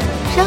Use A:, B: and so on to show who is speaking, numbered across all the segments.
A: 活，生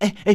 B: 哎哎，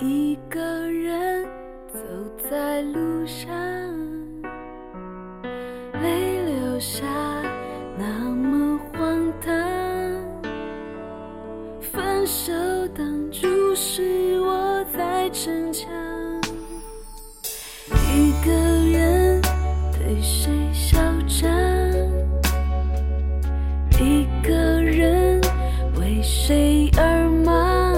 C: 一个人走在路上，泪流下那么荒唐，分手当初是我在逞强，一个人对谁嚣张。一个人为谁而忙？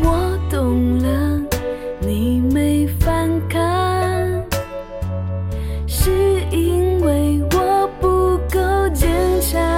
C: 我懂了，你没反抗，是因为我不够坚强。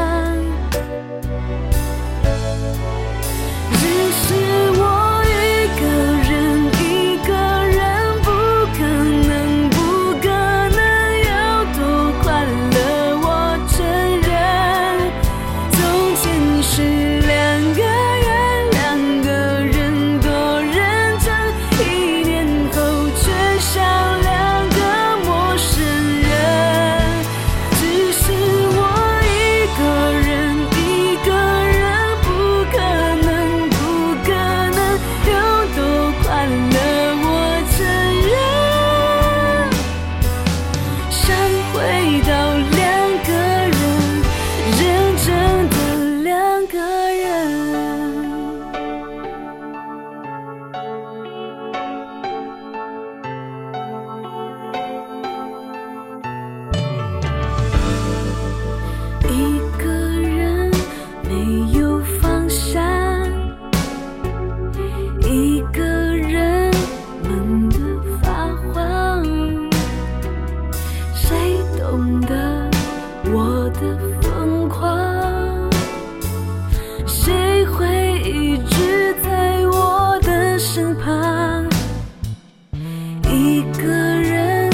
C: 一个人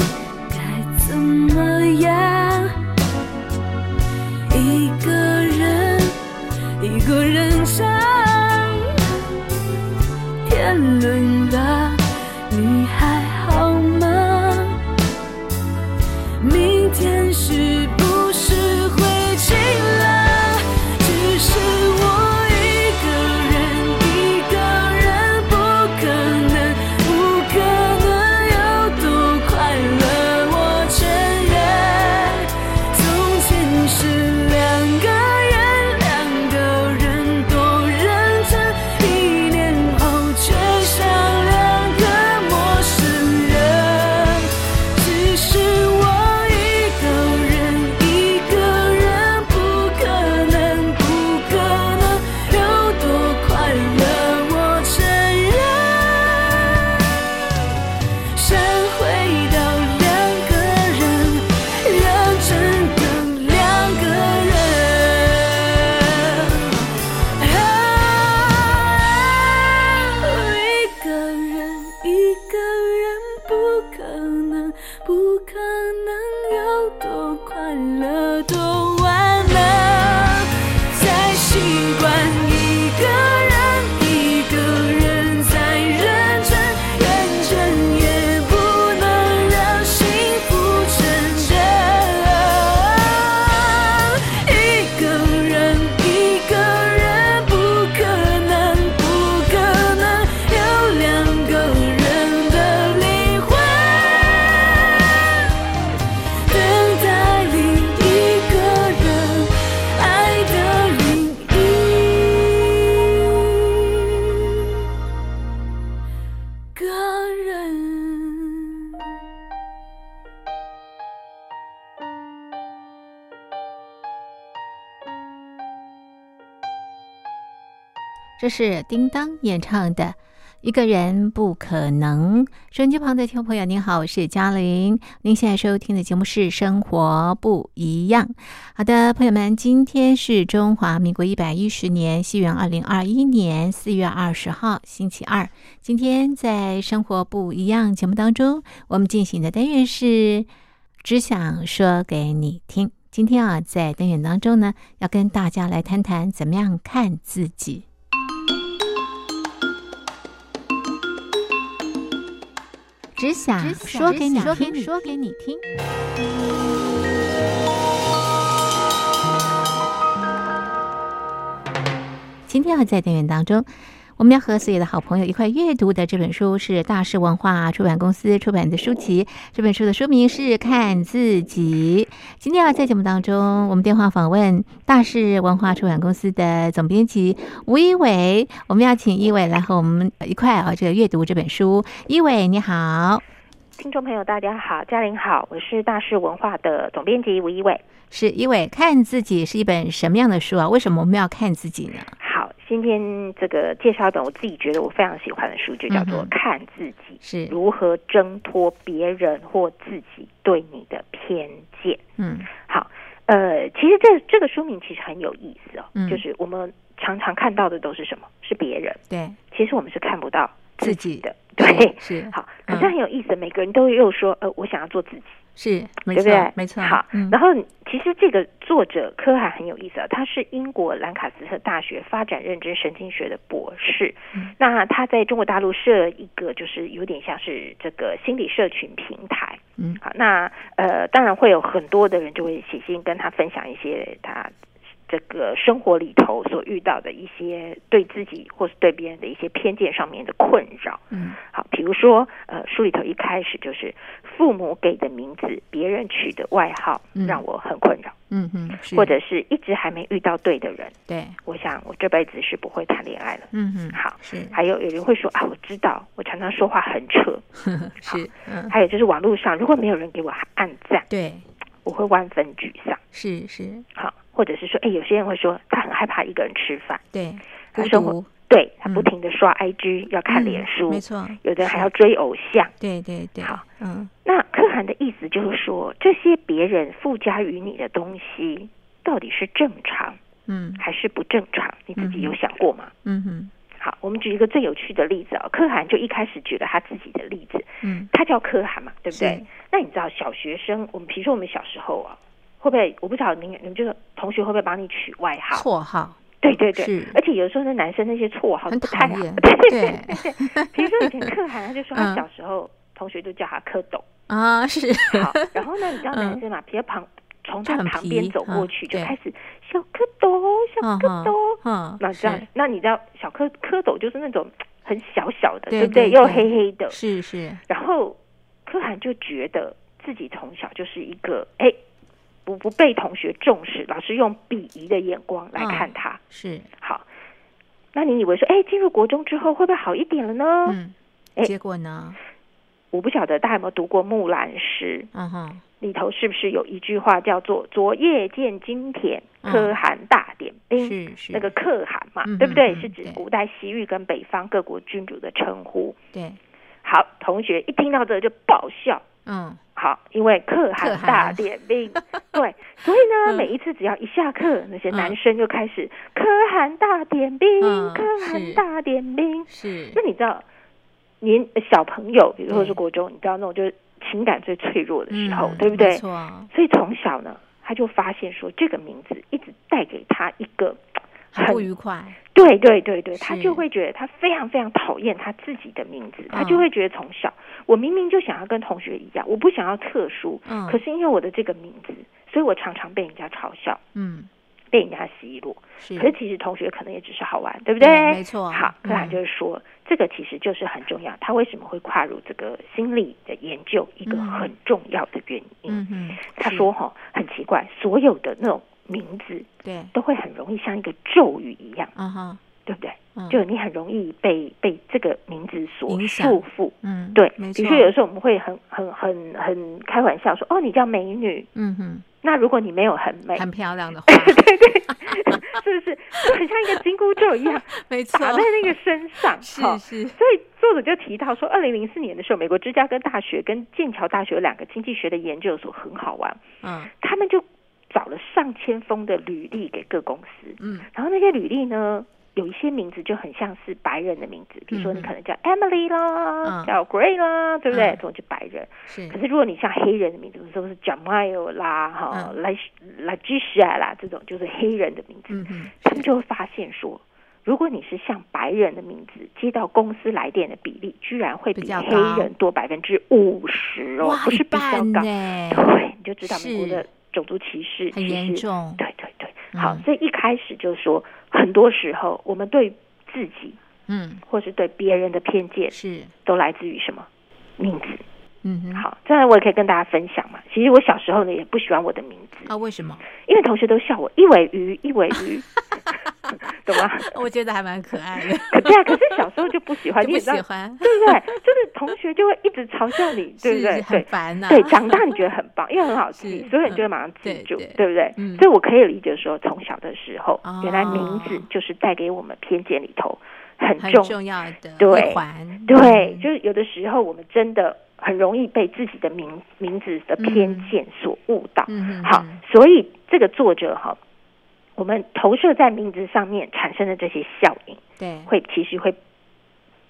C: 该怎么样？一个人，一个人唱。天冷了，你还好吗？明天是不是会晴朗？只是我一个人，一个人不可能，不可能有多快乐。我承认，从前是两个人，两个人多认真，一年后却像两个陌生人。只是我一个人，一个人不可能，不可能有多快乐。我承认，想回到两个人，认真的两个人。啊，一个人，一个人不可能，不可能有多快乐，多完能才习惯一个人，一个人才认真，认真也不能让幸福成真。一个人，一个人不可能，不可能有两个人的灵魂。等待另一个人，爱的另一个人。
A: 这是叮当演唱的《一个人不可能》。收音机旁的听众朋友，您好，我是嘉玲。您现在收听的节目是《生活不一样》。好的，朋友们，今天是中华民国一百一十年，西元二零二一年四月二十号，星期二。今天在《生活不一样》节目当中，我们进行的单元是“只想说给你听”。今天啊，在单元当中呢，要跟大家来谈谈怎么样看自己。只想说给你听，说给你听。今天要啊在单元当中，我们要和所有的好朋友一块阅读的这本书是大是文化出版公司出版的书籍。这本书的书名是《看自己》。今天要在节目当中，我们电话访问大是文化出版公司的总编辑吴一伟，我们要请一伟来和我们一块啊这个阅读这本书。一伟你好，
D: 听众朋友，大家好，嘉玲好，我是大是文化的总编辑吴一伟。
A: 是一伟看自己是一本什么样的书啊？为什么我们要看自己呢？
D: 好，今天这个介绍一本我自己觉得我非常喜欢的书，就叫做
A: 嗯哼
D: 《看自己：
A: 是，
D: 如何挣脱别人或自己对你的偏见》。
A: 嗯
D: 好，呃，其实这这个书名其实很有意思哦，
A: 嗯
D: 就是我们常常看到的都是什么？是别人，
A: 对，
D: 其实我们是看不到
A: 自
D: 己
A: 己
D: 的。对，
A: 是
D: 好，可
A: 嗯
D: 是很有意思，每个人都又说，呃，我想要做自己。
A: 是，没
D: 对不对
A: 错？没错。
D: 好，
A: 嗯
D: 然后其实这个作者科海很有意思啊，他是英国兰卡斯特大学发展认知神经学的博士。
A: 嗯
D: 那他在中国大陆设一个就是有点像是这个心理社群平台。
A: 嗯
D: 好，那呃，当然会有很多的人就会写信跟他分享一些他。这个生活里头所遇到的一些对自己或是对别人的一些偏见上面的困扰，
A: 嗯
D: 好，比如说，呃，书里头一开始就是父母给的名字，别人取的外号，
A: 嗯
D: 让我很困扰，
A: 嗯嗯，是
D: 或者是一直还没遇到对的人，
A: 对，
D: 我想我这辈子是不会谈恋爱了。
A: 嗯嗯，
D: 好，
A: 是
D: 还有有人会说啊，我知道，我常常说话很扯。
A: 是，嗯，
D: 还有就是网络上，如果没有人给我按赞，
A: 对，
D: 我会万分沮丧。
A: 是是，
D: 好，或者是说，哎，有些人会说他很害怕一个人吃饭，
A: 对，
D: 他
A: 孤
D: 生活
A: 独
D: 对他
A: 嗯
D: 不停的刷 IG，、要看
A: 嗯
D: 脸书，
A: 没错，
D: 有的人还
A: 是
D: 要追偶像。
A: 对对对，
D: 好，
A: 嗯
D: 那可汗的意思就是说，这些别人附加于你的东西，到底是正常
A: 嗯
D: 还是不正常？你自己有想过吗？
A: 嗯哼，
D: 好，我们举一个最有趣的例子啊、柯涵就一开始举了他自己的例子，
A: 嗯，
D: 他叫柯涵嘛，对不
A: 是
D: 对？那你知道小学生，我们比如说我们小时候啊，会不会？我不知道你们你们就是同学会不会帮你取外号？
A: 绰号
D: 对对对
A: 是，
D: 而且有时候那男生那些绰号
A: 很
D: 不太
A: 讨
D: 好，
A: 厌，
D: 对
A: 对
D: 比如说以前可汗，他就说他
A: 嗯
D: 小时候同学都叫他蝌蚪，
A: 啊，是
D: 好，然后呢，你知道男生嘛，比较旁从
A: 就
D: 他
A: 很
D: 旁边
A: 嗯皮
D: 走过
A: 嗯
D: 去就
A: 对
D: 开始小蝌蚪，小
A: 嗯
D: 蝌蚪，
A: 嗯，
D: 那这样
A: 是，
D: 那你知道小蝌蝌蚪就是那种很小小的，
A: 对
D: 不
A: 对
D: 对？又
A: 对
D: 黑黑的，
A: 是是，
D: 然后柯涵就觉得自己从小就是一个哎。不不被同学重视，老师用鄙夷的眼光来
A: 嗯
D: 看他。
A: 是，
D: 好，那你以为说，哎，进入国中之后会不会好一点了呢？
A: 嗯，
D: 哎
A: 结果呢？
D: 我不晓得大家有没有读过《木兰诗
A: 嗯哼，》，
D: 里头是不是有一句话叫做“昨夜见金田，
A: 嗯
D: 可汗大点兵”
A: 是是，
D: 嗯那个可汗嘛，
A: 嗯
D: 对不对？
A: 嗯嗯
D: 是指
A: 对
D: 古代西域跟北方各国君主的称呼。
A: 对，
D: 好，同学一听到这个就爆笑。
A: 嗯，
D: 好，因为可汗大点 兵，对，所以呢，
A: 嗯
D: 每一次只要一下课，那些
A: 嗯
D: 男生就开始可汗大点兵，
A: 嗯
D: 可汗
A: 是
D: 大点兵。
A: 是
D: 那，你知道，年小朋友，比如说
A: 对
D: 是国中，你知道那种就是情感最脆弱的时候，
A: 嗯
D: 对不对
A: 没？错，
D: 所以从小呢，他就发现说，这个名字一直带给他一个
A: 很不
D: 很
A: 愉快，
D: 对对对对，他
A: 是
D: 就会觉得他非常非常讨厌他自己的名字，他
A: 嗯
D: 就会觉得从小我明明就想要跟同学一样，我不想要特殊，
A: 嗯
D: 可是因为我的这个名字，所以我常常被人家嘲笑，
A: 嗯，
D: 被人家奚落。
A: 是，
D: 可是其实同学可能也只是好玩，对不
A: 对
D: 对？
A: 没错
D: 好，
A: 嗯
D: 柯南就是说，这个其实就是很重要。他为什么会跨入这个心理的研究，一个
A: 嗯
D: 很重要的原因。
A: 嗯哼，
D: 他
A: 是
D: 说哈，很奇怪，所有的那种名字
A: 对，
D: 都会很容易像一个咒语一样，
A: 嗯哼，
D: 对不对？
A: 嗯
D: 就你很容易被被这个名字所
A: 影响
D: 束缚。
A: 嗯，
D: 对，
A: 没
D: 比
A: 错
D: 如，说有时候我们会很很很很开玩笑说，哦，你叫美女。
A: 嗯哼，
D: 那如果你没有很美，
A: 很漂亮的话，
D: 对对，是不是就很像一个紧箍咒一样？
A: 没错，。
D: 打在那个身上
A: 是
D: 哈
A: 是，
D: 所以作者就提到说，二零零四年的时候，美国芝加哥大学跟剑桥大学有两个经济学的研究所很好玩，
A: 嗯
D: 他们就找了上千封的履历给各公司，
A: 嗯，
D: 然后那些履历呢，有一些名字就很像是白人的名字，比如说
A: 嗯
D: 你可能叫 Emily 啦，
A: 嗯
D: 叫 Gray 啦，对不对
A: 嗯？
D: 都是白人。
A: 是
D: 可，是如果你像黑人的名字，都是 Jamal 啦、哈、
A: 嗯
D: La La g i s h a 啦，这种就是黑人的名字。
A: 嗯哼，
D: 他们就会发现说，如果你是像白人的名字，接到公司来电的比例，居然会
A: 比
D: 比
A: 较
D: 黑
A: 高
D: 人多百分之五十哦，
A: 哇，
D: 不是
A: 一
D: 比较
A: 半
D: 高，
A: 呢，
D: 对，哎你就知道美国
A: 是
D: 的种族歧视
A: 很
D: 其
A: 严
D: 实
A: 重，
D: 对对对，
A: 嗯
D: 好，所以一开始就说，很多时候我们对自己
A: 嗯，
D: 或是对别人的偏见，
A: 是，
D: 都来自于什么名字？
A: 嗯哼，
D: 好，这样我也可以跟大家分享嘛。其实我小时候呢，也不喜欢我的名字，
A: 啊，为什么？
D: 因为同学都笑我一尾鱼，一尾 鱼， 懂吗？
A: 我觉得还蛮可爱的，
D: 可对啊，可是小时候就不喜欢，
A: 就
D: 你
A: 不
D: 也知道
A: 喜，欢，
D: 对不对？ 就是同学就会一直嘲笑 你，对不
A: 是
D: 对？
A: 很
D: 对。
A: 烦呐，
D: 对，长大你觉得很棒，因为很 好记
A: 是，
D: 所有人就会马上记
A: 嗯
D: 住，
A: 对对
D: 不对？
A: 嗯
D: 所以我可以理解说，从小的时候，
A: 哦
D: 原来名字就是带给我们偏见里头很
A: 很
D: 重。
A: 重要的
D: 对
A: 一环，
D: 对，
A: 嗯
D: 就是有的时候我们真的很容易被自己的名名字的偏见所误导。
A: 嗯哼
D: 好
A: 嗯，
D: 所以这个作者哈，我们投射在名字上面产生的这些效应。
A: 对，
D: 会其实会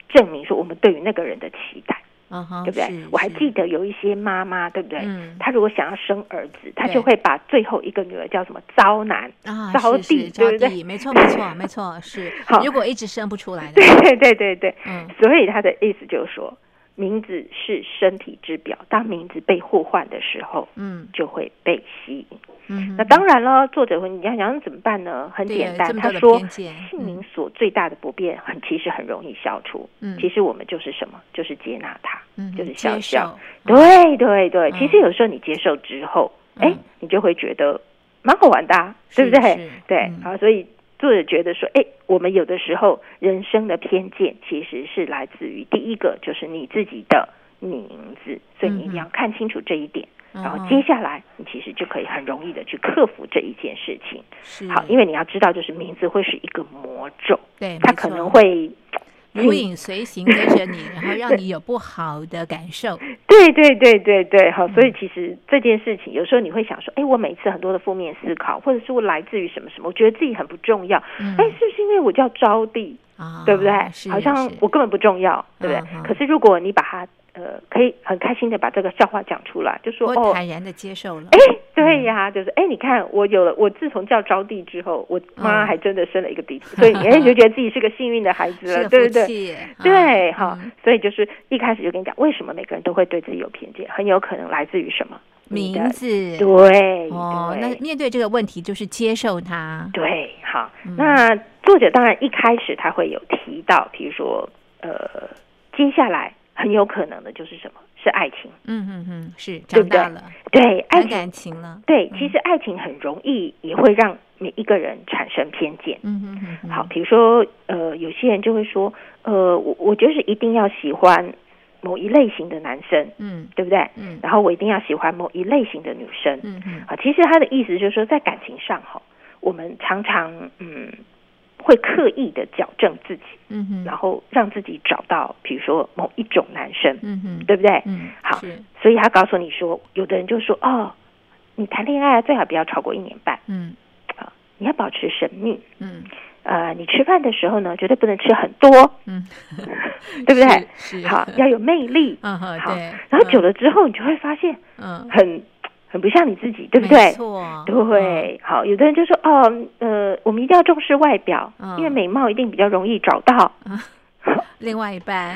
D: 证明说我们对于那个人的期待，
A: 嗯哼，
D: 对不对
A: 是？
D: 我还
A: 是
D: 记得有一些妈妈，对不对
A: 嗯？
D: 她如果想要生儿子，她
A: 对
D: 就会把最后一个女儿叫什么招男，
A: 啊，
D: 招
A: 是是
D: 娣对不
A: 招
D: 对
A: 娣没 错没错没错，是
D: 好，
A: 如果一直生不出来的
D: 对
A: 话，
D: 对对对对。
A: 嗯，
D: 所以她的意思就是说，名字是身体之表，当名字被互换的时候，
A: 嗯
D: 就会被吸引。
A: 嗯，
D: 那当然了，作者会你要想怎么办呢？很
A: 对
D: 简
A: 这
D: 单，
A: 么
D: 他
A: 多的
D: 说
A: 偏见
D: 姓名所最大的不便，很其实很容易消除。
A: 嗯
D: 其实我们就是什么，就是接纳它，
A: 嗯
D: 就是
A: 接
D: 笑笑。
A: 受
D: 对对对，
A: 嗯
D: 其实有时候你接受之后，哎、
A: 嗯
D: 你就会觉得蛮好玩的、啊，对不
A: 是
D: 对？
A: 是
D: 对
A: 嗯，
D: 好，所以作者觉得说，哎，我们有的时候人生的偏见其实是来自于第一个就是你自己的名字，所以你一定要看清楚这一点。
A: 嗯
D: 然后接下来，你其实就可以很容易的去克服这一件事情。
A: 是
D: 好，因为你要知道，就是名字会是一个魔咒，
A: 对，
D: 它
A: 没
D: 可
A: 错
D: 能会，
A: 如影随形跟着你，然后让你有不好的感受，
D: 对对对对对，好，
A: 嗯
D: 所以其实这件事情，有时候你会想说，哎，我每次很多的负 面思考，或者是我来自于什么什么，我觉得自己很不重要，哎，
A: 嗯
D: 是不是因为我叫招娣，
A: 啊，
D: 对不对？
A: 是
D: 好像
A: 是
D: 我根本不重要，对不对？
A: 嗯嗯
D: 可是如果你把它呃，可以很开心的把这个笑话讲出来，就说
A: 我嗯
D: 哦，
A: 坦然的接受了。
D: 哎，对呀、就是哎，你看我有了，我自从叫招娣之后，我妈
A: 嗯
D: 还真的生了一个弟弟，所以哎，就觉得自己是个幸运的孩子
A: 是个
D: 了，对
A: 福
D: 不对？
A: 气，啊
D: 对，哈、
A: 嗯
D: 所以就是一开始就跟你讲，为什么每个人都会对自己有偏见，很有可能来自于什么你的
A: 名字
D: 对，
A: 哦，那
D: 对，
A: 面对这个问题就是接受它，
D: 对，好、
A: 嗯
D: 那作者当然一开始他会有提到，比如说，呃，接下来很有可能的就是什么？是爱情。
A: 嗯嗯嗯，是长
D: 对不
A: 大
D: 对
A: 了，
D: 对，爱
A: 谈
D: 情。
A: 感情了，
D: 对，
A: 嗯
D: 其实爱情很容易也会让每一个人产生偏见。
A: 嗯嗯嗯嗯，
D: 好，比如说，呃，有些人就会说，呃，我我就是一定要喜欢某一类型的男生，
A: 嗯，
D: 对不对？
A: 嗯
D: 然后我一定要喜欢某一类型的女生。
A: 嗯嗯
D: 啊，其实他的意思就是说，在感情上哈，我们常常嗯会刻意的矫正自己，
A: 嗯嗯，
D: 然后让自己找到，比如说某一种男生，
A: 嗯嗯
D: 对不对？
A: 嗯，
D: 好
A: 是，
D: 所以他告诉你说，有的人就说哦，你谈恋爱啊最好不要超过一年半
A: 嗯
D: 啊，你要保持神秘。
A: 嗯
D: 呃，你吃饭的时候呢，绝对不能吃很多，
A: 嗯，
D: 对不对？
A: 是是
D: 好，要有 魅力。
A: 嗯哼
D: 好
A: 对，
D: 然后久
A: 嗯
D: 了之后，你就会发现
A: 嗯，
D: 很很不像你自己，对不
A: 没
D: 对？
A: 错，
D: 对，好，有的人就说哦，呃，我们一定要重视外表，
A: 嗯
D: 因为美貌一定比较容易 找到。
A: 嗯，另外一半，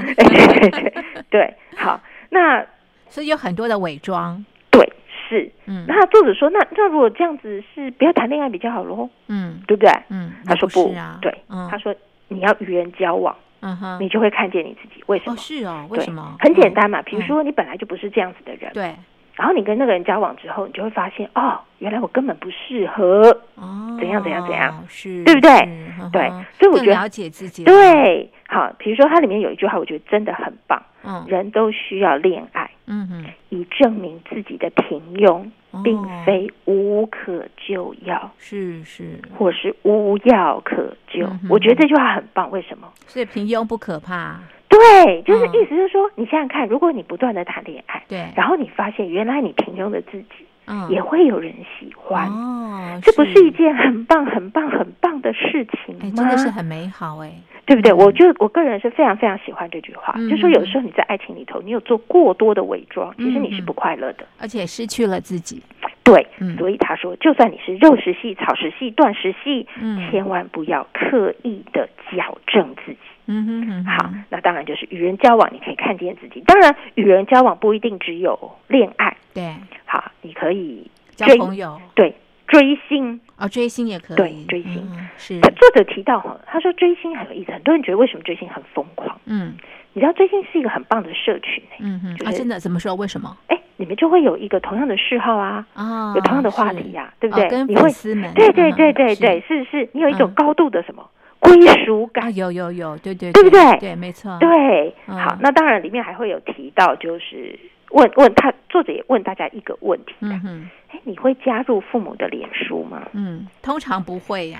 D: 对，好，那
A: 所以有很多的伪装，
D: 对是。
A: 嗯
D: 那作者说，那那如果这样子是不要谈恋爱比较好咯，
A: 嗯
D: 对不对？
A: 嗯，
D: 他
A: 也
D: 说
A: 不是啊，
D: 对，
A: 嗯
D: 他说你要与人交往，
A: 嗯哼，
D: 你就会看见你自己。为什么？
A: 哦是哦，为
D: 对
A: 什么？
D: 很简
A: 嗯，
D: 单嘛，比如
A: 嗯
D: 说你本来就不是这样子的人，
A: 对，
D: 然后你跟那个人交往之后，你就会发现哦，原来我根本不适合。
A: 哦，
D: 怎样怎样怎样，
A: 是，
D: 对不对
A: 是？嗯
D: 对
A: 哼
D: 所以我
A: 更
D: 觉得
A: 了解自己，，
D: 对，好，比如说它里面有一句话，我觉得真的很棒，
A: 嗯
D: 人都需要恋爱。
A: 嗯嗯，
D: 以证明自己的平庸，
A: 哦
D: 并非无可救药，
A: 是是，
D: 或是无药可救。
A: 嗯哼嗯
D: 我觉得这句话很棒，为什么？
A: 所以平庸不可怕，
D: 对，就是
A: 嗯
D: 意思就是说，你想想看，如果你不断的谈恋爱，
A: 对，
D: 然后你发现原来你平庸的自己
A: 嗯
D: 也会有人喜欢，
A: 哦，
D: 这不是一件很棒、很棒、很棒的事情
A: 哎，
D: 吗？
A: 真的是很美好哎，
D: 对不对？
A: 嗯
D: 我就我个人是非常非常喜欢这句话，
A: 嗯
D: 就说有时候你在爱情里头，你有做过多的伪装，其实你是
A: 嗯嗯
D: 不快乐的。
A: 而且失去了自己，
D: 对，
A: 嗯
D: 所以他说，就算你是肉食系、草食系、断食系，
A: 嗯
D: 千万不要刻意的矫正自己。
A: 嗯哼嗯哼，
D: 好，那当然就是与人交往，你可以看见自己。当然，与人交往不一定只有恋爱，
A: 对，
D: 好，你可以
A: 交
D: 追
A: 朋友
D: 对追星。
A: 哦，追星也可以，
D: 对追星
A: 嗯是，
D: 他作者提到哈，他说追星很有意思，很多人觉得为什么追星很疯狂？
A: 嗯
D: 你知道追星是一个很棒的社群、欸，
A: 嗯哼，
D: 就
A: 啊，
D: 是
A: 真的怎么说？为什么
D: 哎，你们就会有一个同样的嗜好啊，
A: 啊？
D: 有同样的话
A: 是
D: 题呀、对不
A: 哦
D: 对？
A: 跟
D: 你会
A: 粉丝们，
D: 对对对
A: 嗯
D: 对
A: 是
D: 对，是是，你有一种
A: 嗯
D: 高度的什么归属
A: 啊，
D: 感，
A: 有有有，对对
D: 对不对
A: 对，没错，
D: 对，
A: 嗯
D: 好，那当然里面还会有提到，就是问问他作者也问大家一个问题
A: 嗯
D: 啊，
A: 哼，？
D: 哎，你会加入父母的脸书吗
A: 嗯，通常不会 呀，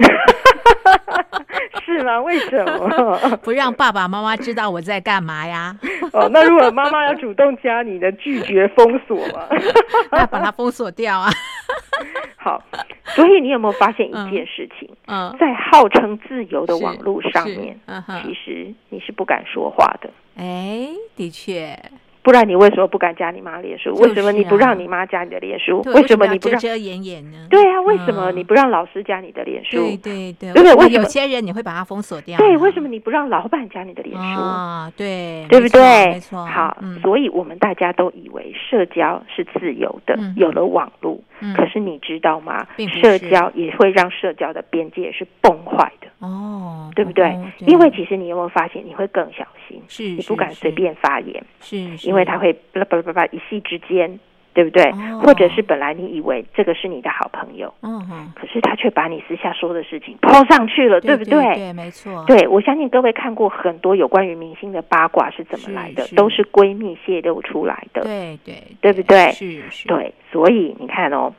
D: 是吗？为什么？
A: 不让爸爸妈妈知道我在干嘛呀，
D: 哦，那如果妈妈要主动加你的，拒绝封锁吗？
A: 那把它封锁掉啊，
D: 好，所以你有没有发现一件
A: 嗯
D: 事情，
A: 嗯，
D: 在号称自由的
A: 是
D: 网络上
A: 是
D: 面，
A: 嗯哼
D: 其实你是不敢说话的。
A: 哎，的确，
D: 不然你为什么不敢加你妈脸书？
A: 就是啊
D: 为什么你不让你妈加你的脸书？
A: 对
D: 为什么你
A: 要
D: 不
A: 遮
D: 让？
A: 遮掩掩呢？
D: 对啊，为什么你
A: 嗯
D: 不让老师加你的脸书？
A: 对对对，
D: 对不
A: 为
D: 对为
A: 什么
D: 什
A: 有
D: 么
A: 些人你会把它封锁掉呢？
D: 对为什么你不让老板加你的脸书？
A: 啊？对，
D: 对
A: 没
D: 不
A: 错
D: 对？
A: 没错，
D: 好，
A: 嗯，
D: 所以我们大家都以为社交是自由的，
A: 嗯
D: 有了网络。
A: 嗯
D: 可是你知道吗
A: 并不？是
D: 社交也会让社交的边界是崩坏的，
A: 哦，
D: 对不对？
A: 哦
D: 因为其实你有没有发现，你会更小心，
A: 是
D: 你
A: 是
D: 不敢随
A: 是
D: 便发言。
A: 是，是
D: 因为它会巴拉巴拉巴拉一夕之间，对不对？
A: 哦
D: 或者是本来你以为这个是你的好朋友，
A: 嗯哼，
D: 可是他却把你私下说的事情抛上去了，
A: 对
D: 不
A: 对？
D: 对？
A: 没错，
D: 对，我相信各位看过很多有关于明星的八卦是怎么来的，
A: 是是
D: 都是闺蜜泄露出来的。
A: 对对
D: 对不对
A: 是是，
D: 对，所以你看哦，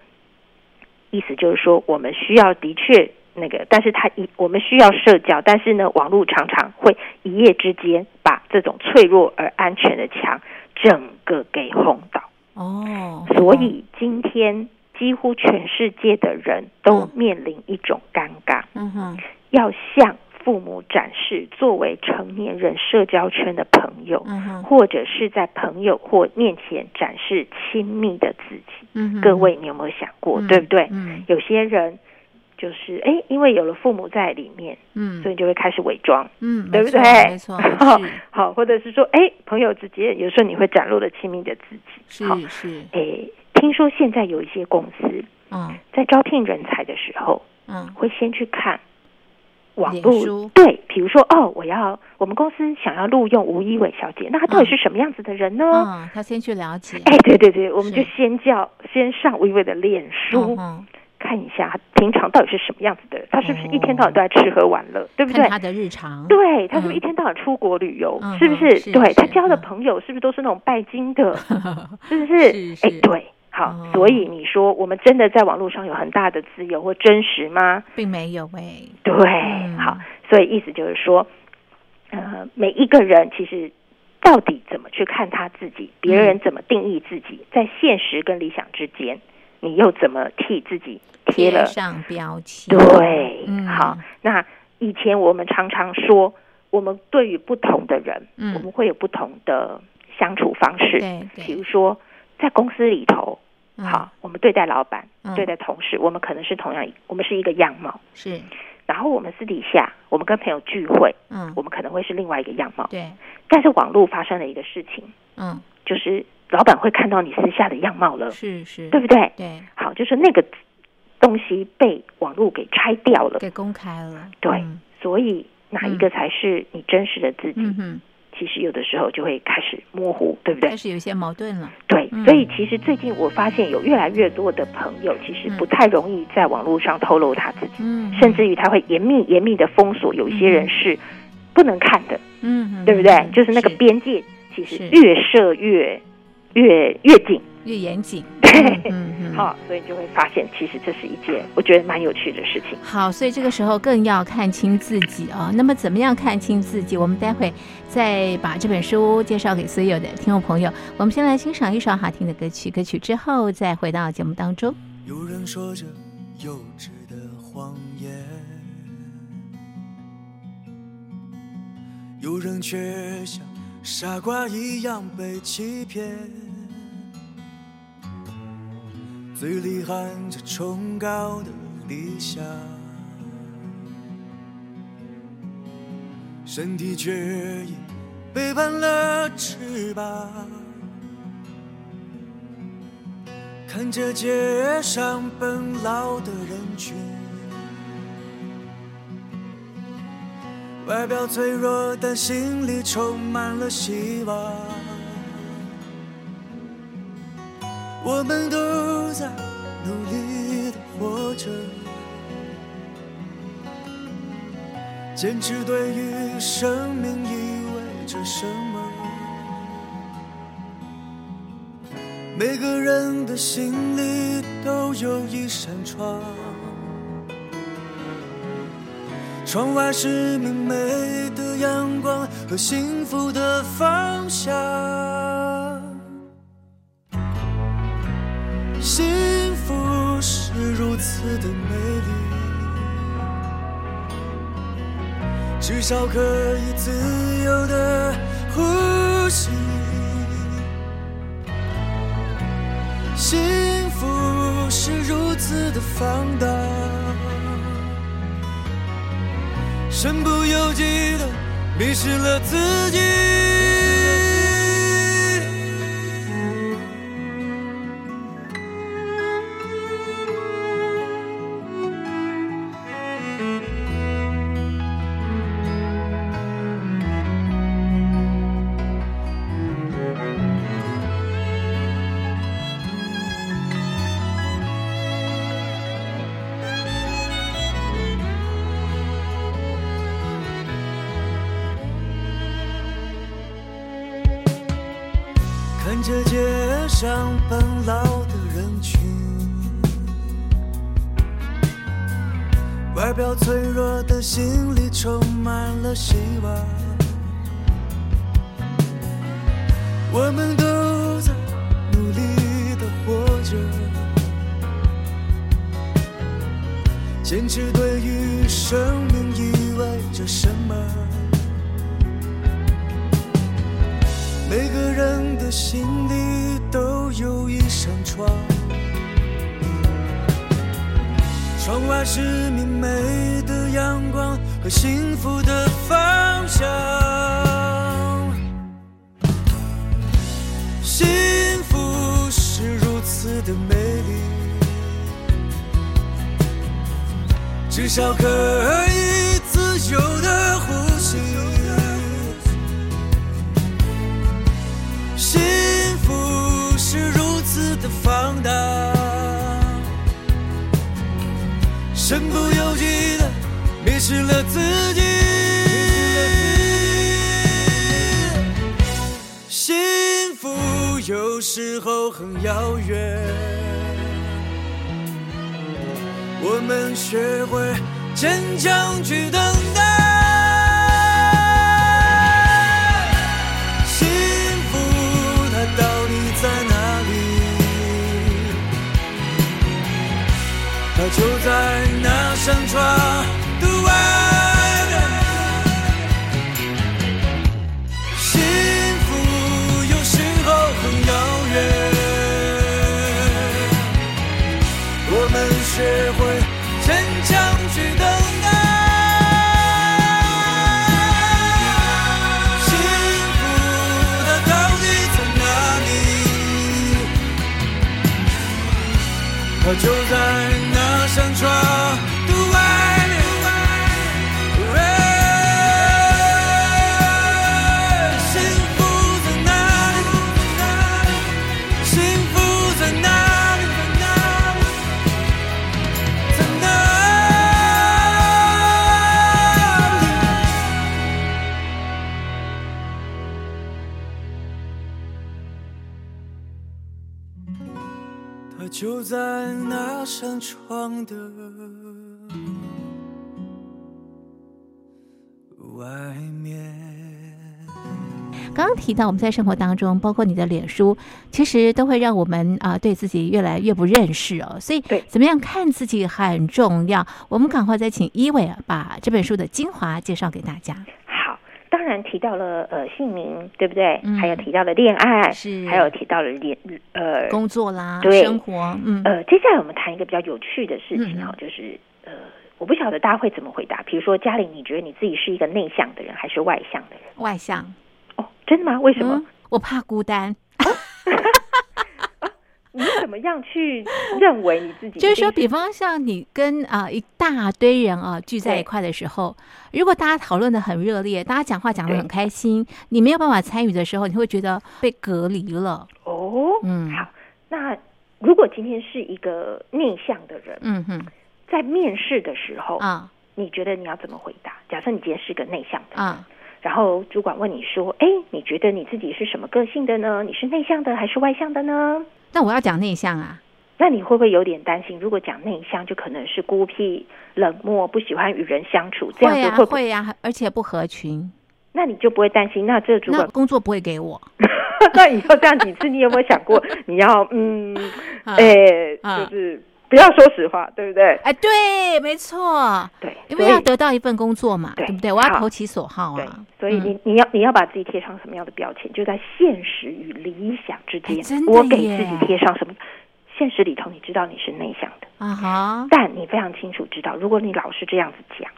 D: 意思就是说，我们需要的确那个，但是它一我们需要社交，但是呢，网络常常会一夜之间把这种脆弱而安全的墙整个给轰倒。
A: 哦，
D: 所以今天几乎全世界的人都面临一种尴尬，
A: 哦嗯哼，
D: 要向父母展示作为成年人社交圈的朋友，
A: 嗯哼，
D: 或者是在朋友或面前展示亲密的自己。
A: 嗯哼，
D: 各位，你有没有想过，
A: 嗯，
D: 对不对？
A: 嗯
D: 有些人就是哎，因为有了父母在里面，
A: 嗯，
D: 所以就会开始伪装。
A: 嗯，
D: 对
A: 没
D: 不
A: 错
D: 对
A: 没 错，
D: 好，或者是说，哎，朋友之间有时候你会展露了亲密的自己。好，
A: 是是是，
D: 哎，听说现在有一些公司
A: 嗯
D: 在招聘人才的时候，
A: 嗯
D: 会先去看网
A: 脸
D: 络
A: 书，
D: 对，比如说哦，我要我们公司想要录用吴一伟小姐，那她到底是什么样子的人呢？
A: 嗯，他先去了解，
D: 哎，对对对，我们
A: 是
D: 就先叫先上吴一伟的脸书
A: 嗯，哼
D: 看一下他平常到底是什么样子的人，他是不是一天到晚都在吃喝玩乐，对不对
A: 哦看？他的日常，
D: 对，他是不是
A: 嗯
D: 一天到晚出国旅游？
A: 嗯
D: 是不
A: 嗯
D: 是？
A: 是
D: 对
A: 是
D: 他交的
A: 嗯
D: 朋友是不是都是那种拜 金的？是不是？
A: 是
D: 哎
A: 是，
D: 对，好，
A: 哦
D: 所以你说我们真的在网络上有很大的自由或真实吗？
A: 并没有哎，
D: 对，
A: 嗯
D: 好，所以意思就是说，呃，每一个人其实到底怎么去看他自己，别
A: 嗯
D: 人怎么定义自己，在现实跟理想之间，你又怎么替自己贴了
A: 上标签，
D: 对，
A: 嗯
D: 好，那以前我们常常说，我们对于不同的人，
A: 嗯
D: 我们会有不同的相处方式。
A: 对
D: 比如
A: 对，
D: 说在公司里头，
A: 嗯
D: 好，我们对待老板、
A: 嗯
D: 对待同事，我们可能是同样一，我们是一个样貌。
A: 是，
D: 然后我们私底下，我们跟朋友聚会，
A: 嗯
D: 我，们可能会是另外一个样貌。
A: 对，
D: 但是网络发生了一个事情，
A: 嗯，
D: 就是老板会看到你私下的样貌了，
A: 是是，
D: 呃对不对？
A: 对，
D: 好，就是那个东西被网络给拆掉了。
A: 给公开了，
D: 对
A: 嗯
D: 所以哪一个才是你真实的自己？
A: 嗯哼，
D: 其实有的时候就会开始模糊，对不对
A: 开？始有一些矛盾了，
D: 对，
A: 嗯
D: 所以其实最近我发现有越来越多的朋友，其实不太容易在网络上透露他自己，
A: 嗯，
D: 甚至于他会严密严密的封锁，有一些人是不能看的，
A: 嗯哼，
D: 对不对？
A: 嗯
D: 就是那个边界，其实
A: 是
D: 越设越越越紧。
A: 越严谨，
D: 对
A: 嗯嗯。
D: 好、所以你就会发现，其实这是一件我觉得蛮有趣的事情。
A: 好，所以这个时候更要看清自己哦。那么怎么样看清自己？我们待会再把这本书介绍给所有的听众朋友。我们先来欣赏一首好听的歌曲，歌曲之后再回到节目当中。
C: 有人说着幼稚的谎言，有人却像傻瓜一样被欺骗，嘴里喊着崇高的理想，身体却已背叛了翅膀。看着街上奔劳的人群，外表脆弱，但心里充满了希望。我们都在努力的活着，坚持对于生命意味着什么。每个人的心里都有一扇窗，窗外是明媚的阳光和幸福的方向。幸福是如此的美丽，至少可以自由的呼吸。幸福是如此的放荡，身不由己的迷失了自己。看着街上奔劳的人群，外表脆弱，但心里充满了希望。我们都在努力的活着，坚持对于生命意味着了什么？每个人的心里都有一扇窗，窗外是明媚的阳光和幸福的方向。幸福是如此的美丽，至少可以自由的呼吸。幸福是如此的放大，身不由己的迷失了自己。幸福有时候很遥远，我们学会坚强去等待。幸福它到底在哪里？它就在那扇窗的外面。幸福有时候很遥远，我们学会坚强去等待。幸福它到底在哪里？它就在那扇窗的外面。幸福在哪里？幸福在哪里？在哪里？它就在那扇窗的外面。
A: 刚刚提到我们在生活当中，包括你的脸书，其实都会让我们啊、对自己越来越不认识哦。所以
D: 对，
A: 怎么样看自己很重要。我们赶快再请一伟啊，把这本书的精华介绍给大家。
D: 好，当然提到了呃姓名，对不对？
A: 嗯
D: 还有提到了恋爱，
A: 是
D: 还有提到了恋呃
A: 工作啦，
D: 对
A: 生活，嗯，
D: 呃，接下来我们谈一个比较有趣的事情
A: 嗯
D: 哈、就是呃，我不晓得大家会怎么回答。比如说，嘉玲，你觉得你自己是一个内向的人还是外向的人？
A: 外向，
D: 哦，真的吗？为什么？
A: 嗯？我怕孤单，
D: 你怎么样去认为你自己一定？
A: 就是说，比方像你跟啊、一大堆人啊聚在
D: 对
A: 一块的时候，如果大家讨论的很热烈，大家讲话讲的很开心，你没有办法参与的时候，你会觉得被隔离了。
D: 哦，
A: 嗯
D: 好，那如果今天是一个内向的人，
A: 嗯哼，
D: 在面试的时候，
A: 啊
D: 你觉得你要怎么回答？假设你今天是个内向的人，
A: 啊，
D: 然后主管问你说：“哎，你觉得你自己是什么个性的呢？你是内向的还是外向的呢？”
A: 那我要讲内向啊，
D: 那你会不会有点担心？如果讲内向，就可能是孤僻、冷漠，不喜欢与人相处，这样
A: 会
D: 子
A: 啊
D: 会不
A: 会啊，而且不合群，
D: 那你就不会担心。那这个主
A: 那
D: 管，
A: 工作不会给我。
D: 那以后这样几次，你有没有想过，你要嗯，
A: 啊
D: 诶、
A: 啊
D: 就是不要说实话，对不对？
A: 哎，对，没错，
D: 对，
A: 因为
D: 所以
A: 要得到一份工作嘛，
D: 对
A: 对不对？我要
D: 好
A: 投其所好
D: 对
A: 啊，，
D: 所以你、你要你要把自己贴上什么样的标签？就在现实与理想之间
A: 哎，真的
D: 我给
A: 耶
D: 自己贴上什么？现实里头，你知道你是内向的，
A: 啊哈，
D: 但你非常清楚知道，如果你老是这样子讲。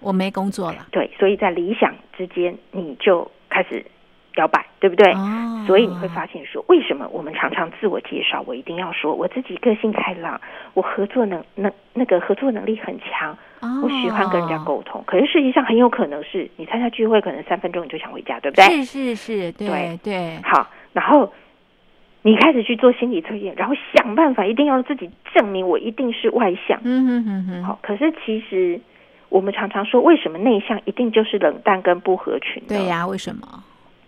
A: 我没工作了，
D: 对，所以在理想之间，你就开始摇摆，对不对？
A: 哦
D: 所以你会发现说，为什么我们常常自我介绍，我一定要说我自己个性开朗，我合作能能那个合作能力很强，
A: 哦
D: 我喜欢跟人家沟通。可是事实上很有可能是你参加聚会，可能三分钟你就想回家，对不对？
A: 是是是，对
D: 对
A: 对，
D: 好，然后你开始去做心理测验，然后想办法一定要自己证明我一定是外向。
A: 嗯哼哼哼，
D: 好，可是其实我们常常说，为什么内向一定就是冷淡跟不合群呢？
A: 对呀、嗯为什么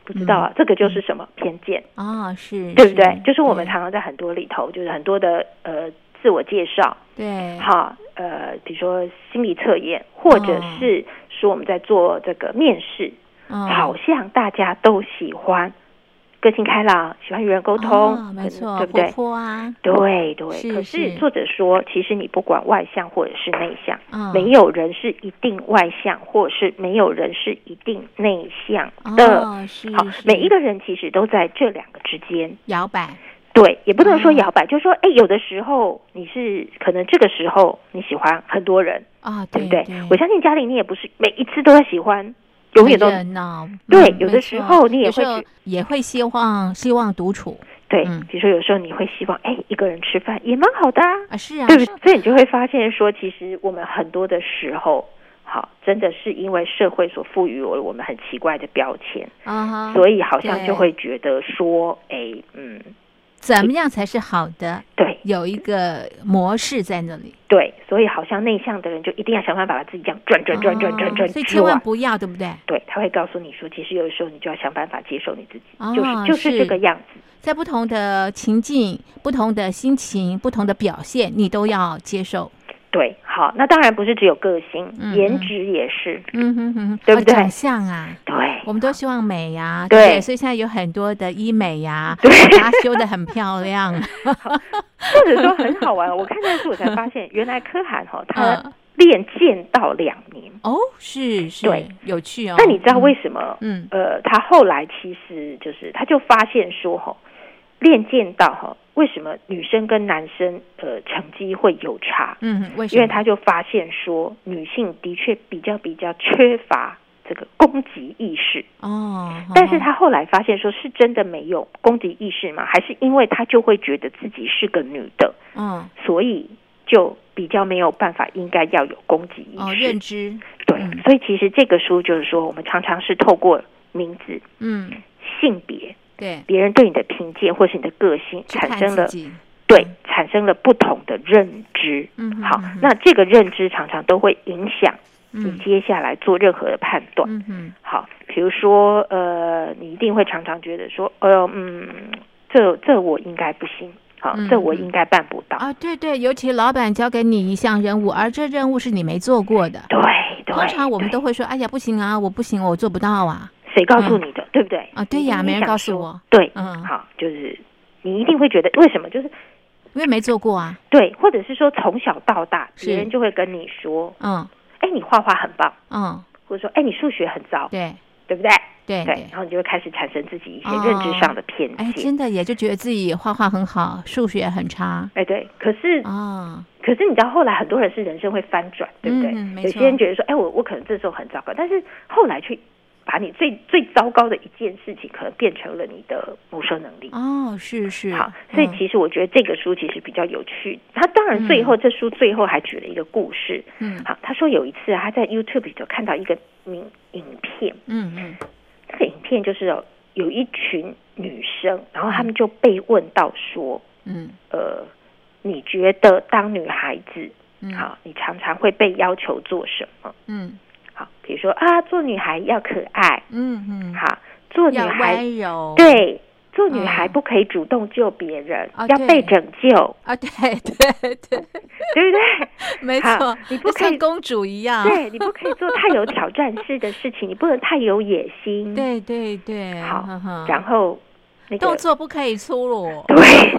D: 不知道啊，这个就是什么偏见，
A: 啊？是，
D: 对不对？就是我们
A: 对
D: 常常在很多里头，就是很多的呃自我介绍，
A: 对，
D: 哈，呃，比如说心理测验，或者
A: 哦
D: 是说我们在做这个面试，
A: 嗯
D: 好像大家都喜欢个性开朗，喜欢与人沟通，
A: 哦没
D: 可能
A: 错，
D: 对不对
A: 活？泼啊，
D: 对对，
A: 是
D: 可
A: 是
D: 是作者说，其实你不管外向或者是内向，
A: 嗯，
D: 没有人是一定外向，或者是没有人是一定内向的。
A: 哦，是
D: 好，
A: 是
D: 每一个人其实都在这两个之间。
A: 摇摆，
D: 对，也不能说
A: 哦
D: 摇摆，就是说，哎，有的时候你是可能这个时候你喜欢很多人，
A: 啊，
D: 对不
A: 对
D: 对？我相信嘉玲，你也不是每一次都在喜欢，永远都
A: 很热闹。
D: 对
A: 嗯
D: 有的
A: 没
D: 时
A: 错
D: 候你也
A: 有时
D: 会
A: 候
D: 去
A: 也会希望希望独处
D: 对
A: 嗯。
D: 比如说，有时候你会希望，哎，一个人吃饭也蛮好的啊，
A: 啊，是啊，
D: 对不
A: 是
D: 对？所以你就会发现说，其实我们很多的时候，好，真的是因为社会所赋予我我们很奇怪的标签，
A: 啊哈，
D: 所以好像
A: 对
D: 就会嗯觉得说，哎，嗯，
A: 怎么样才是好的？
D: 对
A: 有一个模式在那里，
D: 对，所以好像内向的人就一定要想办法把自己这样转转转转转
A: 哦
D: 转
A: 所以
D: 之
A: 千
D: 外
A: 万不要，对不对？
D: 对，他会告诉你说，其实有的时候你就要想办法接受你自己，
A: 哦
D: 就是就是这
A: 是
D: 个样子。
A: 在不同的情境、不同的心情、不同的表现，你都要接受。
D: 对，好，那当然不是只有个性，
A: 嗯嗯
D: 颜值也是。
A: 嗯哼哼哼，
D: 对不
A: 哦
D: 对
A: 长相啊，
D: 对，
A: 我们都希望美呀、
D: 对
A: 对不所以现在有很多的医美呀、
D: 对
A: 把它修得很漂 亮。
D: 或者说很好玩。我看那书我才发现，原来柯涵 哈、哦、他
A: 嗯
D: 练剑道两年。
A: 哦，是是，
D: 对，
A: 有趣哦。
D: 那你知道为什么？
A: 嗯
D: 呃，他后来其实就是他就发现说哈、练剑道哈、为什么女生跟男生呃成绩会有差？
A: 嗯嗯为什么？
D: 因为他就发现说，女性的确比较比较缺乏这个攻击意识，
A: 哦，
D: 但是他后来发现说，是真的没有攻击意识吗？还是因为他就会觉得自己是个女的，
A: 嗯
D: 所以就比较没有办法，应该要有攻击意
A: 哦
D: 识。
A: 认知
D: 对
A: 嗯，
D: 所以其实这个书就是说，我们常常是透过名字、
A: 嗯
D: 性别、
A: 对，
D: 别人对你的评鉴或是你的个性，
A: 去
D: 产
A: 看
D: 生了
A: 自己
D: 对，产生了不同的认知。
A: 嗯哼
D: 好
A: 嗯哼，
D: 那这个认知常常都会影响你
A: 嗯
D: 接下来做任何的判断。
A: 嗯哼
D: 好，比如说，呃，你一定会常常觉得说，呃，嗯，这这我应该不行，好，
A: 嗯
D: 这我应该办不到。
A: 啊对对，尤其老板交给你一项任务，而这任务是你没做过的，
D: 对对，
A: 通常我们
D: 对
A: 都会说，哎呀不行啊，我不行，我做不到啊，
D: 谁告诉你的，对不对？
A: 啊对呀
D: 你
A: 没人
D: 想
A: 告诉
D: 说
A: 我
D: 对，
A: 嗯
D: 好，就是你一定会觉得为什么？就是
A: 因为没做过啊，
D: 对，或者是说从小到大，
A: 是
D: 别人就会跟你说，
A: 嗯
D: 哎，你画画很棒，
A: 嗯，
D: 或者说，哎，你数学很糟，
A: 对
D: 对不对？
A: 对
D: 对，
A: 对
D: 然，后你就会开始产生自己一些
A: 哦
D: 认知上的偏
A: 哎
D: 见。
A: 真的也就觉得自己画画很好，数学很差
D: 哎，对，可是
A: 啊，
D: 可是你知道，后来很多人是人生会翻转，对不对？
A: 嗯嗯没错
D: 有些人觉得说，哎，我我可能这时候很糟糕，但是后来去把你最最糟糕的一件事情，可能变成了你的谋生能力。
A: 哦是是，
D: 好，所以
A: 嗯
D: 其实我觉得这个书其实比较有趣。他当然最后、这书最后还举了一个故事。
A: 嗯
D: 好，他说有一次啊，他在 YouTube 里头看到一个影影片，
A: 嗯嗯
D: 这个影片就是有有一群女生，然后她们就被问到说，
A: 嗯
D: 呃，你觉得当女孩子，
A: 嗯
D: 好，你常常会被要求做什么？
A: 嗯
D: 好，比如说啊，做女孩要可爱，
A: 嗯嗯，
D: 好，做女
A: 要
D: 孩
A: 温柔，
D: 对。做女孩
A: 嗯
D: 不可以主动救别人，
A: 啊
D: 要
A: 对
D: 被拯救，
A: 啊对对 对。
D: 对不对？
A: 没
D: 好
A: 错，
D: 你不
A: 就
D: 可
A: 像
D: 以
A: 公主一样。
D: 对你不可以做太有挑战式的事情，你不能太有野 心。，
A: 对对对，
D: 好
A: 呵呵，
D: 然后那个
A: 动作不可以粗鲁。
D: 对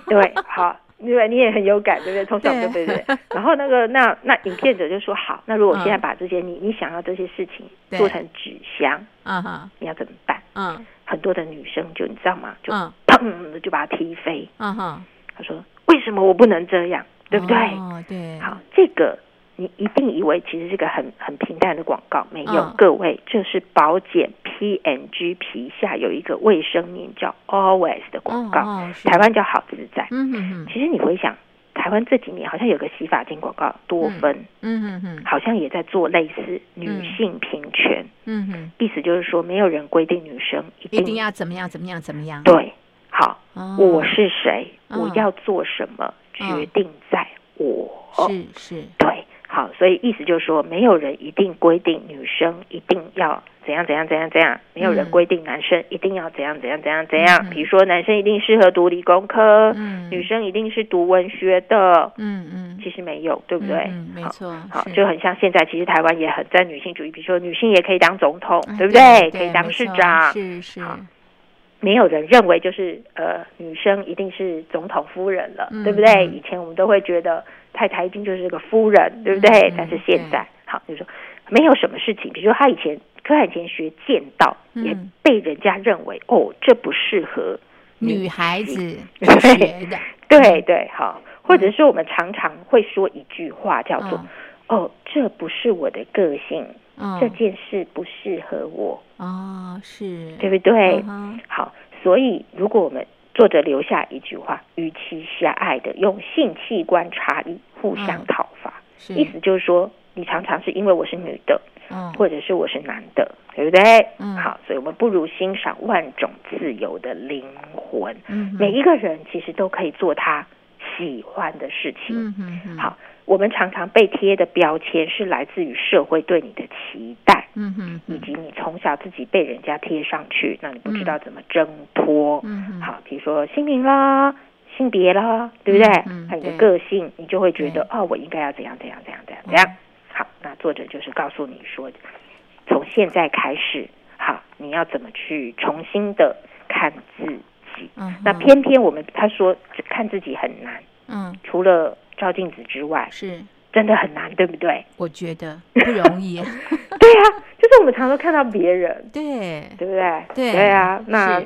D: 对，好，因为你也很有感，对不对？从小就
A: 对
D: 对 对。然后那个那那影片者就说，好，那如果我现在
A: 嗯
D: 把这些你你想要这些事情
A: 对
D: 做成纸箱，
A: 啊哈，
D: 你要怎么办？
A: 嗯
D: 很多的女生就你知道吗？就
A: 嗯
D: 砰就把它踢飞。
A: 啊哈，
D: 她说，为什么我不能这样？对不对？
A: 哦，对，
D: 好，这个你一定以为其实是个很很平淡的广告，没有，
A: 嗯
D: 各位，这是保检 P&G 皮下有一个卫生棉叫 Always 的广告，
A: 哦哦是
D: 台湾叫好自在。
A: 嗯哼哼，
D: 其实你回想，台湾这几年好像有个洗发精广告多芬，
A: 嗯哼哼，
D: 好像也在做类似女性平权，
A: 嗯哼，
D: 意思就是说没有人规定女生一定
A: 一定要怎么样怎么样怎么样。
D: 嗯对。好，
A: 哦，
D: 我是谁，
A: 嗯
D: 我要做什么，
A: 嗯
D: 决定在我。
A: 是是，
D: 对，好，所以意思就是说，没有人一定规定女生一定要怎样怎样怎样怎样，没有人
A: 嗯
D: 规定男生一定要怎样怎样怎样怎样。
A: 嗯
D: 比如说，男生一定适合读理工科，
A: 嗯
D: 女生一定是读文学的，
A: 嗯嗯，
D: 其实没有，对不对？
A: 嗯嗯没
D: 好。
A: 错，
D: 好，
A: 是
D: 就很像现在，其实台湾也很在女性主义，比如说女性也可以当总统，
A: 哎
D: 对不
A: 对？
D: 可以当市长。
A: 是是，
D: 好没有人认为就是呃女生一定是总统夫人了，
A: 嗯
D: 对不对？
A: 嗯
D: 以前我们都会觉得太太一定就是个夫人，对不对？
A: 嗯
D: 但是现在，好，就是说没有什么事情，比如说他以前柯汉以前学剑道，
A: 嗯
D: 也被人家认为哦这不适合
A: 女孩子
D: 对
A: 学 的，嗯
D: 对对，好，或者是我们常常会说一句话叫做
A: 嗯
D: “哦，这不是我的个性，这
A: 嗯，
D: 件事不适合我
A: 哦，是”，，
D: 对不对
A: 嗯？哼
D: 好，所以如果我们作者留下一句话，与其狭隘的用性器官差异互相
A: 嗯
D: 讨伐，
A: 是，
D: 意思就是说，你常常是因为我是女的，
A: 嗯，
D: 或者是我是男的，对不对？
A: 嗯
D: 好，所以我们不如欣赏万种自由的灵魂。
A: 嗯哼
D: 每一个人其实都可以做他喜欢的事情。
A: 嗯哼哼，
D: 好，我们常常被贴的标签是来自于社会对你的期待，
A: 嗯哼
D: 以
A: 哼，
D: 及你从小自己被人家贴上去，那你不知
A: 嗯
D: 道怎么挣脱。
A: 嗯哼，
D: 好，比如说姓名啦、性别啦，对不对？
A: 嗯嗯
D: 还有你的
A: 对
D: 个性，你就会觉得
A: 对嗯
D: 哦，我应该要怎样怎样怎样怎样怎样。好，那作者就是告诉你说，从现在开始，好，你要怎么去重新的看自己。
A: 嗯哼，
D: 那偏偏我们他说只看自己很难，
A: 嗯
D: 除了照镜子之外，
A: 是，
D: 真的很难，对不 对？
A: 我觉 得不容易，
D: 对啊，就是我们常常看到别人，
A: 对
D: 对不对？
A: 对
D: 对啊，那
A: 是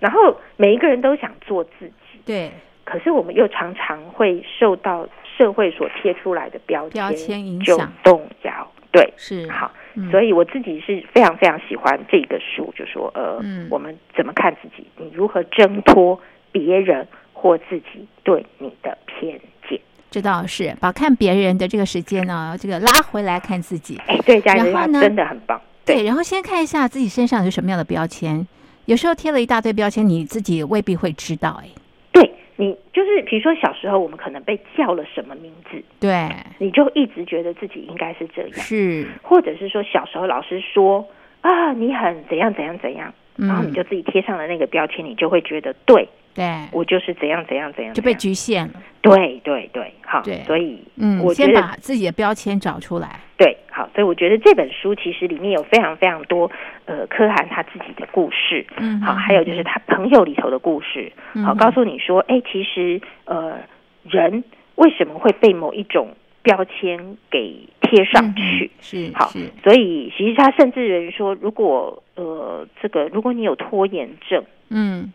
D: 然后每一个人都想做自己，
A: 对
D: 可是我们又常常会受到社会所贴出来的标签
A: 标签影
D: 就
A: 响
D: 动摇。对，
A: 是，
D: 好，
A: 嗯，
D: 所
A: 以
D: 以我自己是非常非常喜欢这个书，就说呃，
A: 嗯
D: 我们怎么看自己，你如何挣脱别人或自己对你的偏见。
A: 这倒是把看别人的这个时间呢，这个拉回来看自己，
D: 哎，对，家
A: 然
D: 人
A: 后呢
D: 真的很棒。
A: 对，然后先看一下自己身上有什么样的标签，有时候贴了一大堆标签，你自己未必会知道，哎，
D: 对你，就是比如说小时候我们可能被叫了什么名字，
A: 对，
D: 你就一直觉得自己应该是这样，
A: 是，
D: 或者是说小时候老师说啊你很怎样怎样怎样，然后你
A: 嗯
D: 就，自己贴上了那个标签，你就会觉得对
A: 对，
D: 我就是怎样怎样怎样
A: 就被
D: 怎样
A: 局限了，
D: 对对对，好，
A: 对
D: 所以
A: 嗯，
D: 我觉
A: 先
D: 得
A: 把自己的标签找出来，
D: 对，好，所以我觉得这本书其实里面有非常非常多呃柯涵他自己的故事，
A: 嗯
D: 好，
A: 哼
D: 还有就是他朋友里头的故事，好，
A: 嗯
D: 告诉你说，哎，其实呃，人为什么会被某一种标签给贴上去？
A: 嗯是，
D: 好
A: 是，
D: 所以其实他甚至于说，如果呃，这个如果你有拖延症，
A: 嗯，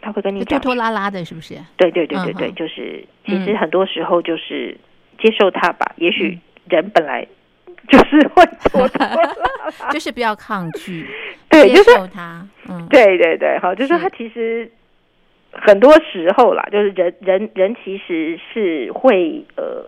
D: 他会跟你
A: 就拖
D: 讲，啊
A: 拖拉拉的，是不是？
D: 对对对对对，
A: 嗯哼
D: 就是其
A: 嗯
D: 实很多时候就是接受它吧，也许人本来就是会 拖拖拉拉
A: 就是不要抗拒，
D: 对，就
A: 接
D: 是
A: 受它，嗯，
D: 对对对，好，就是说
A: 是
D: 他其实很多时候啦，就是人人人其实是会呃，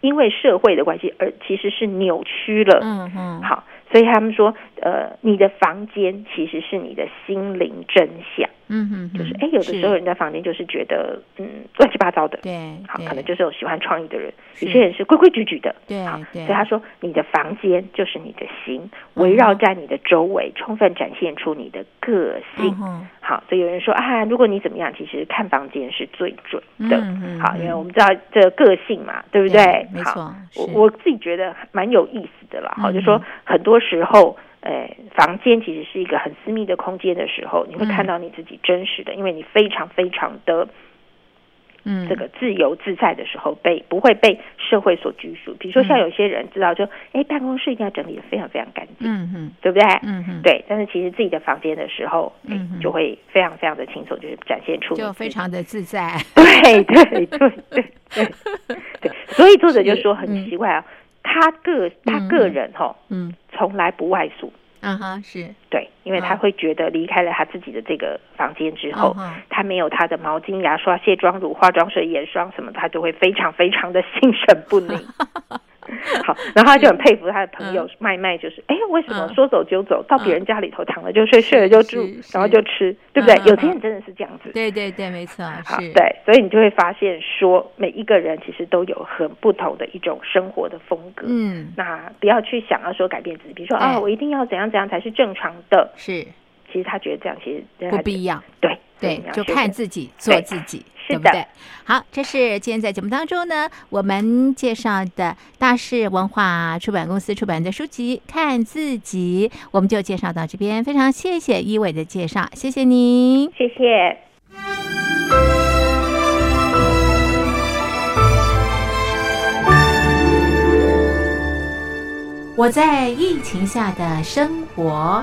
D: 因为社会的关系而其实是扭曲了。
A: 嗯嗯，
D: 好，所以他们说，呃，你的房间其实是你的心灵真相，
A: 嗯哼哼，
D: 就是哎，有的时候人家房间就是觉得嗯乱七八糟的。
A: 对，
D: 好，
A: 对
D: 可能就是有喜欢创意的人，有
A: 是
D: 些人是规规矩矩的，
A: 对
D: 好，
A: 对
D: 所以他说你的房间就是你的心，围绕
A: 嗯哼
D: 在你的周围，充分展现出你的个性
A: 嗯。哼
D: 好，所以有人说啊，如果你怎么样，其实看房间是最准的。
A: 嗯嗯
D: 好，因为
A: 嗯
D: 我们知道这个个性嘛，对不对？
A: 对没
D: 好
A: 错
D: 我
A: 是
D: 我自己觉得蛮有意思的啦。好，就
A: 嗯
D: 说很多时候。呃，房间其实是一个很私密的空间的时候，你会看
A: 嗯
D: 到你自己真实的，因为你非常非常的
A: 嗯，
D: 这个自由自在的时候被不会被社会所拘束。比如说像
A: 嗯
D: 有些人知道就，哎，办公室一定要整理的非常非常干净，
A: 嗯哼，
D: 对不对？
A: 嗯哼，
D: 对，但是其实自己的房间的时候，哎
A: 嗯哼
D: 就会非常非常的轻松，就是展现出你
A: 就
D: 自
A: 非
D: 己
A: 常的自在，
D: 对对对对对 对，所以作者就是说
A: 嗯
D: 很奇怪啊，他个他
A: 嗯
D: 个
A: 嗯
D: 人哈、哦，
A: 嗯，
D: 从来不外宿，
A: 啊哈，是，
D: 对，因为他
A: 嗯
D: 会觉得离开了他自己的这个房间之后，
A: 嗯哼
D: 他没有他的毛巾、牙刷、卸妆乳、化妆水、眼霜什么，他就会非常非常的心神不 宁。好，然后他就很佩服他的朋友麦麦，就是哎，为什么
A: 嗯
D: 说走就走，到别人家里头躺了就睡，睡了
A: 是
D: 就住
A: 是，
D: 然后
A: 是
D: 就吃，对不对
A: 嗯？嗯
D: 有些人
A: 嗯
D: 真的是这样子。
A: 对对对，没错，
D: 好，
A: 是，
D: 对，所以你就会发现说，每一个人其实都有很不同的一种生活的风格。
A: 嗯，
D: 那不要去想要说改变自己，比如说
A: 对
D: 啊，我一定要怎样怎样才是正常的。
A: 是，
D: 其实他觉得这样其实
A: 不必要。
D: 对
A: 对
D: 你要，
A: 就
D: 学
A: 看
D: 着
A: 自己做
D: 对
A: 自己，
D: 是
A: 对不
D: 的
A: 对？好，这是今天在节目当中呢，我们介绍的大是文化出版公司出版的书籍《看自己》，我们就介绍到这边。非常谢谢一伟的介绍，谢谢您。
D: 谢谢。
A: 我在疫情下的生活。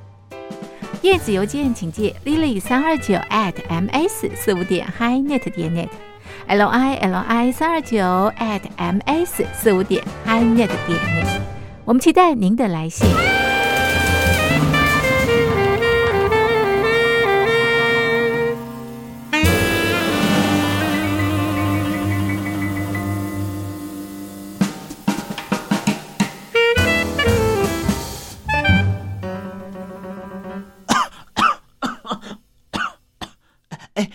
A: 电子邮件请寄 lily 三二九 at ms 四五点 highnet 点 net。l i l i 三二九 at m s 四五点 highnet 点 net，我们期待您的来信。
B: 哎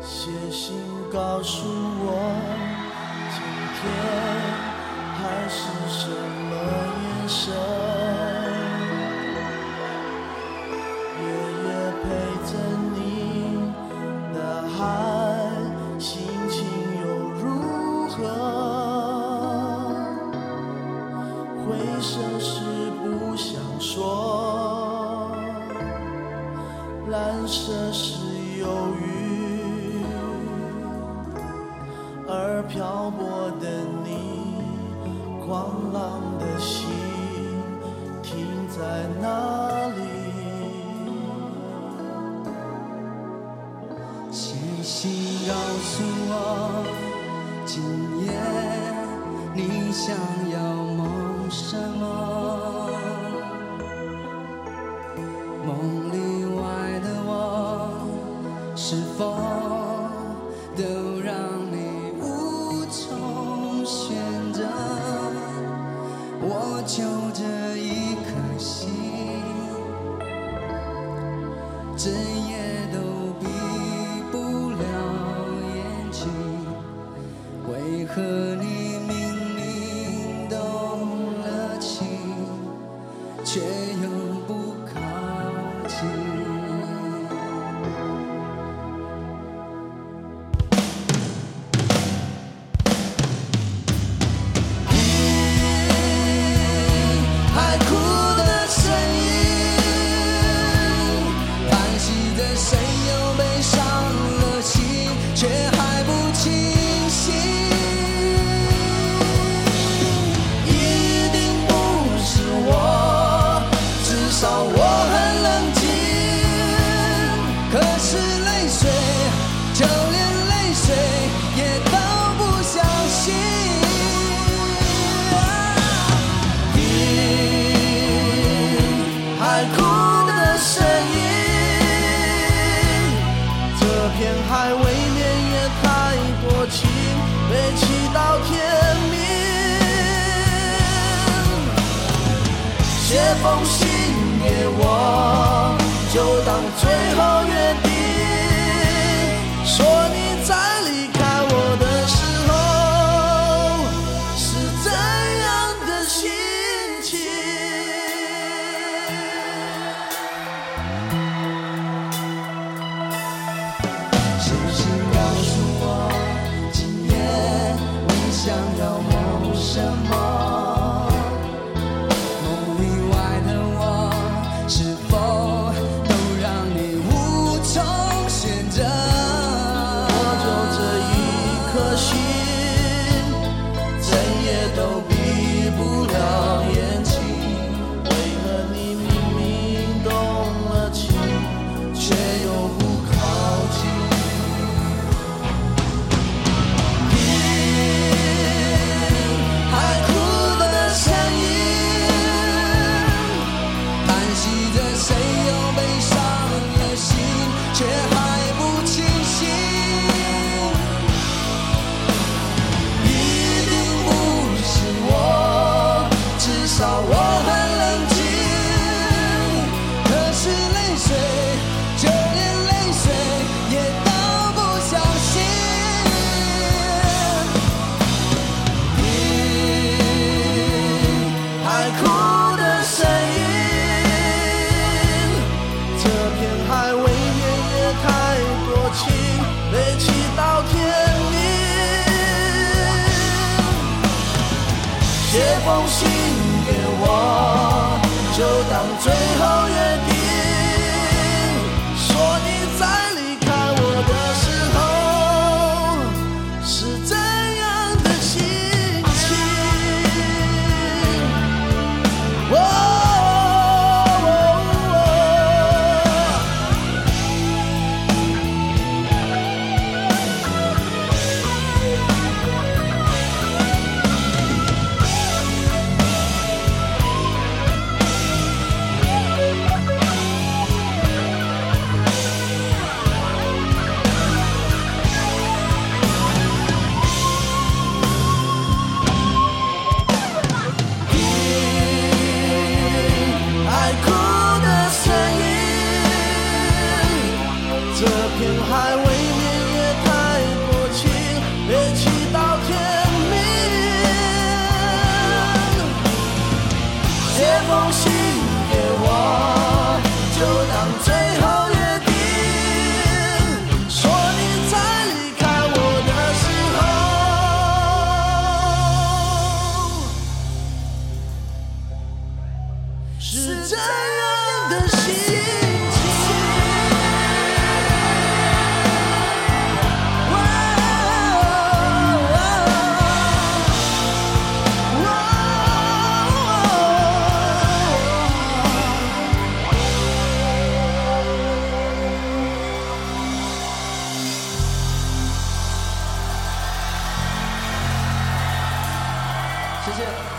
C: 写信告诉我，今天海是什么颜色？夜夜陪着你，呐喊，心情又如何？回首时不想说。蓝色是忧郁，而漂泊的你，狂浪的心停在哪里？写信告诉我，今夜你想要梦什么？梦里外的我，是否都让你无从选择？我就这一颗心，整夜都闭不了眼睛。为何你明明动了情？却又不靠近。这封信给我，就当最后约定。说你在离开我的时候是怎样的心情？是不是告诉我，今夜你想要梦什么？梦里外的我，是否都让你无从选择？握住这一颗心，怎也都闭不了眼睛。为何你明明动了情，却又不靠近？海哭的声音，叹息着谁又悲伤了心，却还不清醒。一定不是我，至少我很冷静。可是泪水，就连泪水也都不小心。你海哭的声音，这片海未免也太多情，悲泣到天明。写封信给我，就当最后约定。说你在离开我的时候。是怎样的心情？哦哦海哭的声音，这片海未免也太多情，悲泣到天明。写封信给我，就当最后约定，说你在离开我的时候。是这样的心情。哇哇哇谢谢。